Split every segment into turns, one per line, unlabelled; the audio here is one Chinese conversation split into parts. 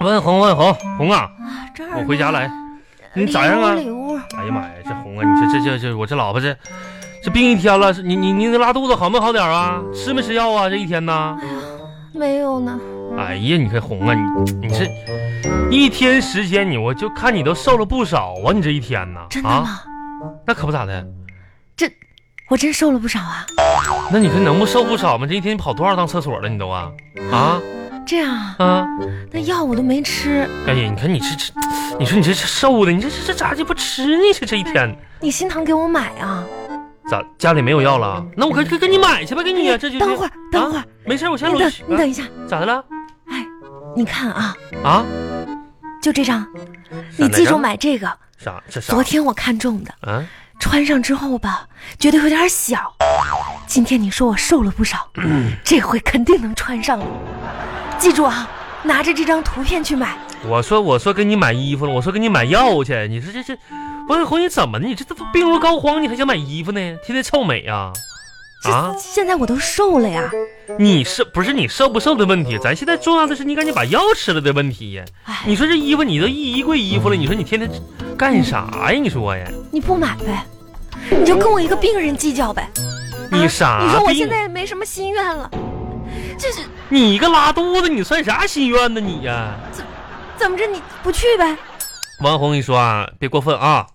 喂，红红啊！
啊，这儿
我回家来
呢呃
你咋样啊
里屋里屋
哎呀妈呀，这红啊，你这这这这，我这老婆这这病一天了，是你你你拉肚子好没好点啊？吃没吃药啊？这一天呢？
没有呢，
哎呀，你看红啊，你你这一天时间你我就看你都瘦了不少啊，你这一天呢？
真的
啊，
吗？
那可不咋的，
我真瘦了不少啊。
那你说能不瘦不少吗？这一天跑多少趟厕所了你都啊啊
这样啊，
啊！
那药我都没吃，
哎呀，你看你这这，你说你这这瘦的，你这这这咋就不吃呢？这这一天。
你心疼给我买啊。
咋家里没有药了？那我给给给你买去吧，给你啊，这就
哎等会儿，等会儿，
没事，我先
你
楼
等
去。
你等一下，
啊咋的了？
你看啊，
啊？
就这张，
啥
你记
哪
住
张
买这个。
啥？这啥
昨？天我看中的，
啊？
穿上之后吧，觉得有点小。今天你说我瘦了不 少，这回肯定能穿上了。记住啊，拿着这张图片去买。
我说我说给你买衣服了，我说给你买药去。你说这这，王小红你怎么的？你这都病入膏肓，你还想买衣服呢？天天臭美呀、啊？
这现在我都瘦了呀。
你是不是你瘦不瘦的问题？咱现在重要的是你赶紧把药吃了的问题呀。
哎，嗯
你说这衣服你都一衣柜衣服了，你说你天天这干啥呀？你说呀？
你不买呗，你就跟我一个病人计较呗。
你啥
嗯你说
啊
我
病
现在没什么心愿了，这是
你一个拉肚子，你算啥心愿呢你呀、
怎么着？你不去呗？
王红一说啊，别过分啊，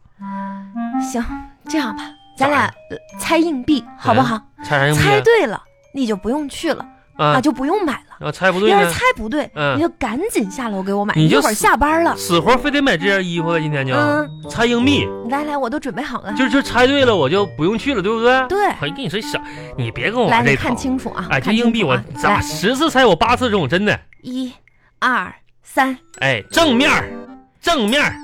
行，这样吧，咱俩呃猜硬币好不好？
哎猜啥硬币？
猜对了，你就不用去了啊，
啊，
就不用买了。
要猜不对
要是
呢，
猜不对，
嗯
你就赶紧下楼给我买，
你
一
就
会
死
儿下班了。
死活非得买这件衣服呗，今天就、
嗯，
猜硬币，
来来，我都准备好了。
就就猜对了，我就不用去了，对不对？
对
哎，跟你说傻，你别跟我
来，
玩
你
这套
看。清楚啊！
哎，这
看清
硬币
楚
我
啊
咋
来
十次猜我八次中，真的。
一、二、三，
哎，正面儿，正面儿，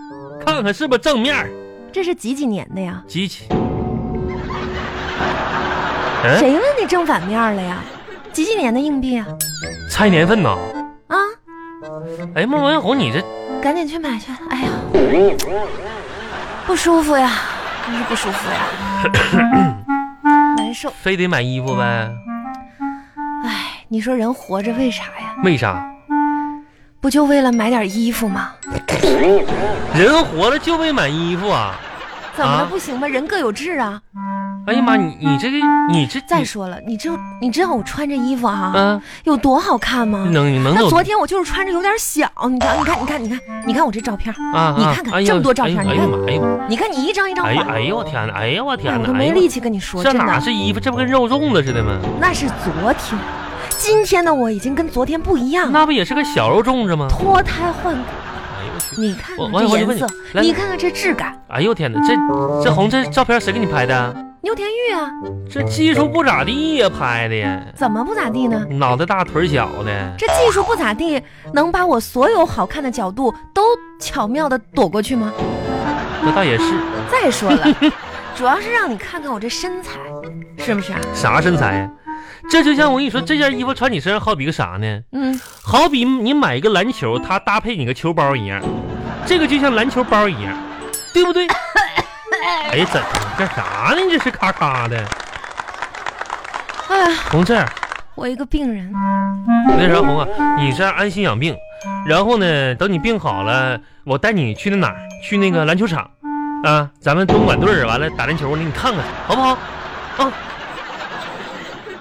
看看是不是正面儿？
这是几几年的呀？
机器。嗯，
谁问你正反面了呀？几几年的硬币啊？
猜年份呢？
啊，
哎，孟文红，你这
赶紧去买去！哎呀，不舒服呀，真是不舒服呀，难受。
非得买衣服呗？
哎，你说人活着为啥呀？
为啥？
不就为了买点衣服吗？
人活着就为买衣服啊！
怎么
啊
了？不行吗？人各有志啊。
哎呀妈，你你这个你这
嗯再说
嗯
了，你就你知道我穿这衣服啊，
啊，
有多好看吗？
能能
那
走
昨天我就是穿着有点小，你瞧，你看，你看，你看，你看我这照片，
啊啊！
你看看
哎呦
这么多照片
哎
你
呀
看
妈，哎呀妈，
你看你一张一张
哎
换，
呀哎呀我天哪，哎呀我
哎
天
我都
哪，哎
没
呀
力气跟你说，
这
真
哪
的，
是衣服，这不跟肉粽子似的吗？
那是昨天，今天的我已经跟昨天不一样了，
那不也是个小肉粽子吗？
脱胎换骨，
哎呦我去！
你看
我
看
我
这
我就
颜
问你
色，
来
你看看这质感，
哎呦我天哪，这这红这照片谁给你拍的？
牛田玉啊，
这技术不咋地呀，拍的呀，
怎么不咋地呢？
脑袋大腿小的。
这技术不咋地，能把我所有好看的角度都巧妙的躲过去吗？
这倒也是，
再说 了，主要是让你看看我这身材，是不是啊？
啥身材呀？这就像我跟你说，这件衣服穿你身上好比个啥呢？
嗯，
好比你买一个篮球，它搭配你个球包一样，这个就像篮球包一样，对不对？哎呀，怎干啥呢？你这是咔咔的，
哎呀，
红这样，
我一个病人。
那啥红啊，你这样安心养病，然后呢，等你病好了，我带你去那哪儿，去那个篮球场，啊，咱们东莞队儿完了打篮球呢，你看看好不好？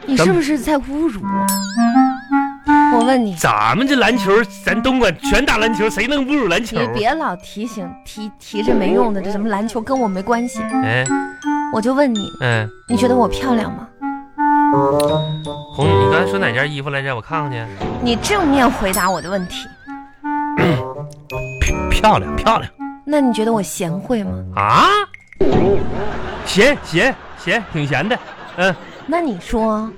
你是不是在侮辱我？我问你，
咱们这篮球，咱东莞全打篮球，谁能侮辱篮球
你？别老提醒提提这没用的，这什么篮球跟我没关系。
哎
我就问你，
哎，
你觉得我漂亮吗？
红，你刚才说哪件衣服来着？我看看去。
你正面回答我的问题。
漂亮，漂亮。
那你觉得我贤惠吗？
啊？闲闲闲，挺闲的。嗯，
那你说，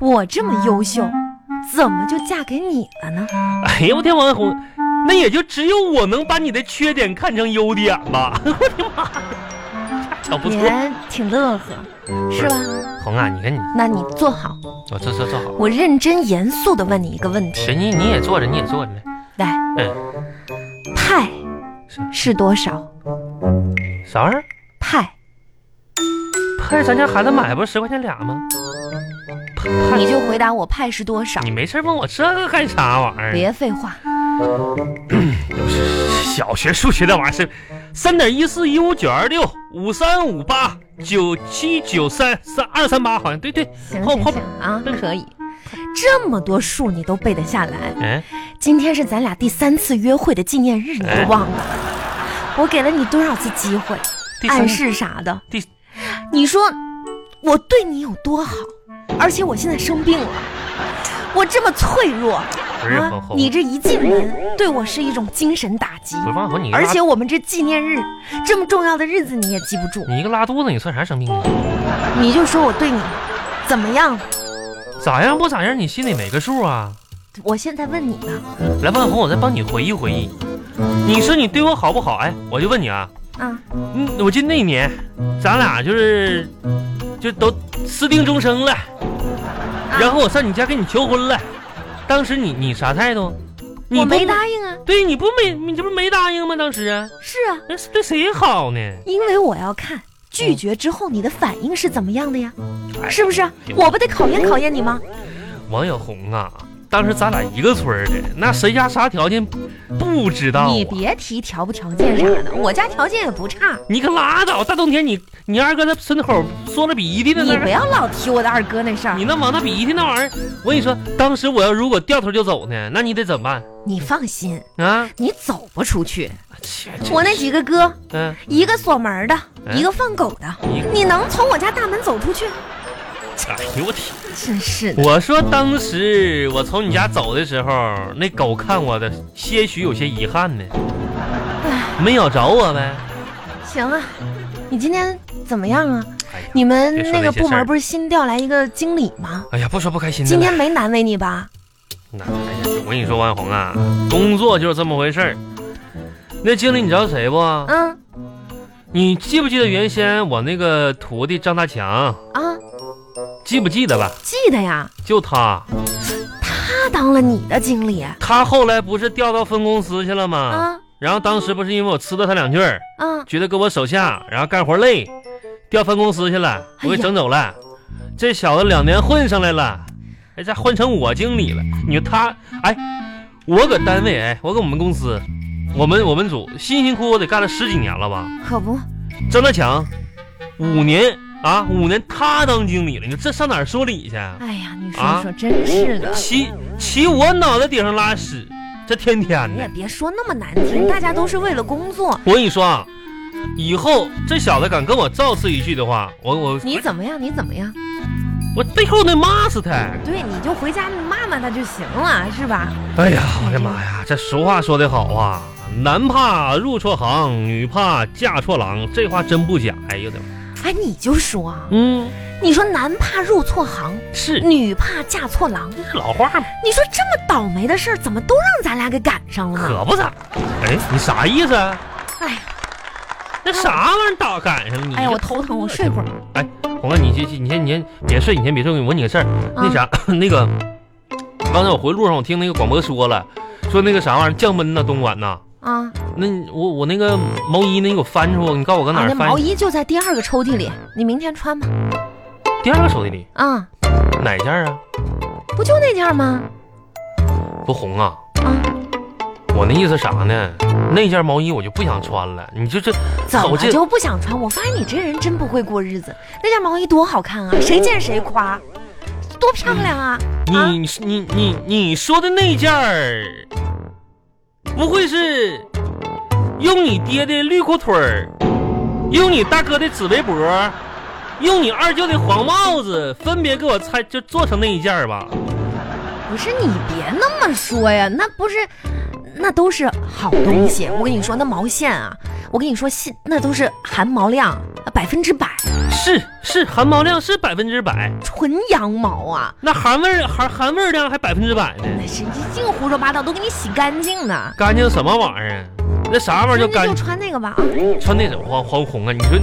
我这么优秀，怎么就嫁给你了呢？
哎呦我天，王红，那也就只有我能把你的缺点看成优点吧。 我的妈呀，小不
你
错。
还挺乐呵，是吧？
红啊，你看你，
那你坐好，
我坐坐坐好。
我认真严肃的问你一个问题：
行，你你也坐着，你也坐着。
来，
嗯，
派
是
是多少？
啥玩意儿？
派，
派咱家孩子买不十块钱俩吗？派
你
派，
就回答我派是多少
你？没事问我这个干啥玩意儿？
别废话，
小学数学那玩意儿是三点一四一五九二六五三五八九七九三三二三八，好像对对。
行
后
行
后
行啊，
嗯
可以。这么多数你都背得下来？
嗯，
今天是咱俩第三次约会的纪念日，你
哎
都忘了？我给了你多少次机会，
第三
暗示啥的？
第
你说我对你有多好，而且我现在生病了，我这么脆弱
不是
啊
后！后
你这一进门对我是一种精神打击，
不是王小红，你一个
而
拉
且我们这纪念日这么重要的日子你也记不住，
你一个拉肚子，你算啥生病啊？
你就说我对你怎么样？
咋样不咋样，你心里没个数啊。
我现在问你呢
来，王小红，我再帮你回忆回忆。你说你对我好不好？哎，我就问你啊，
啊，
嗯，我记得那年，咱俩就是就都私定终生了，
啊
然后我上你家跟你求婚了，当时你你啥态度？你
我
不
没答应啊，
对，你不没你这不没答应吗？当时啊，
是啊，
那是对谁好呢？
因为我要看拒绝之后你的反应是怎么样的呀，
哎
是不是？我不得考验考验你吗？
王小红啊，当时咱俩一个村儿的，那谁家啥条件不知道、啊？
你别提条不条件啥的，我家条件也不差。
你可拉倒！大冬天你你二哥在村口缩了鼻涕呢，
你
那
不
是
要老提我的二哥那事儿
你，那往那鼻涕那玩意儿，我跟你说，当时我要如果掉头就走呢，那你得怎么办
你放心，
啊？
你走不出去。
切
我那几个哥，
嗯，
一个锁门的，
嗯
一个放狗的，
你
你能从我家大门走出去？
哎呦我天！
真是的，
我说当时我从你家走的时候，那狗看我的些许有些遗憾呢，没咬着我呗。
行啊，你今天怎么样啊？
哎呀，
你们
别说
那
那
个
些
部
事儿
门不是新调来一个经理吗？
哎呀，不说不开心的
今
了。
天没难为你吧？
那哎呀，我跟你说，王小红啊，工作就是这么回事儿。那经理，你知道谁不？
嗯
你记不记得原先我那个徒弟张大强？
啊，
记不记得了？
记得呀，
就他，
他当了你的经理啊
他后来不是调到分公司去了吗？
啊
然后当时不是因为我呲了他两句儿，觉得搁我手下，然后干活累，调分公司去了，我给
哎呀
整走了。这小子两年混上来了，哎，这混成我经理了。你说他，哎，我搁单位，哎，我搁我们公司，我们我们组辛辛苦苦得干了十几年了吧？
可不，
张大强，五年啊，五年他当经理了，你说这上哪儿说理去？
哎呀，你说
啊
说，真是的。
骑骑我脑袋顶上拉屎，这天天
你也
的。
别说那么难听，大家都是为了工作。
我跟你说啊，以后这小子敢跟我造次一句的话，我我
你怎么样？你怎么样？
我背后得骂死他！
对，你就回家骂骂他就行了，是吧？
哎呀，我的妈呀！这俗话说得好啊，男怕入错行，女怕嫁错郎，这话真不假。哎呦我的妈！
哎，你就说啊，
嗯，
你说男怕入错行，
是
女怕嫁错郎，
这是老话嘛，
你说这么倒霉的事儿，怎么都让咱俩给赶上了呢？
可不咋。哎，你啥意思啊？
哎呀，
那啥玩意儿打赶上了你？啊
哎呀，我头疼，我睡会儿。
哎，红哥，你先你先你先别睡，你先别睡，我问你个事
啊
儿，那啥 那个，刚才我回路上我听那个广播说了，说那个啥玩意儿降温呢，东莞呐，
啊
那你我我那个毛衣呢，你给我翻出来，你告诉我搁哪
啊，那
儿翻
毛？衣就在第二个抽屉里，你明天穿吧。
第二个手机里
啊，
哪件儿啊？
不就那件吗？
不红啊，
啊，
我那意思啥呢？那件毛衣我就不想穿了，你就这
怎
我
么
这
就不想穿？我发现你这人真不会过日子。那件毛衣多好看啊，谁见谁夸，多漂亮啊！啊
你你你你说的那件儿，不会是用你爹的绿裤腿儿，用你大哥的紫围脖，用你二舅的黄帽子，分别给我拆就做成那一件儿吧？
不是你别那么说呀，那不是，那都是好东西。我跟你说，那毛线啊，我跟你说，线那都是含毛量百分之百
是是，含毛量是百分之百，
纯羊毛啊，
那含味儿含含味儿量还百分之百呢，
那是一净胡说八道，都给你洗干净呢。
干净什么玩意儿？啊那啥玩意
那
儿叫
就
干净？
穿那个吧啊
穿那种黄黄红啊？你说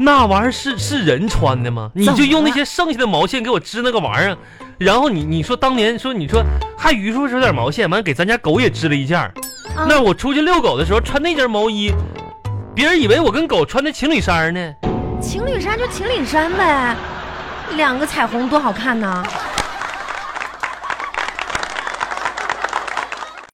那玩意儿是是人穿的吗？你
怎么
就用那
了
些剩下的毛线给我织那个玩意儿，啊然后你你说当年说你说还余数有点毛线，完给咱家狗也织了一件儿。
啊
那我出去遛狗的时候穿那件毛衣，别人以为我跟狗穿的情侣衫呢。
啊，情侣衫就情侣衫呗，两个彩虹多好看呢。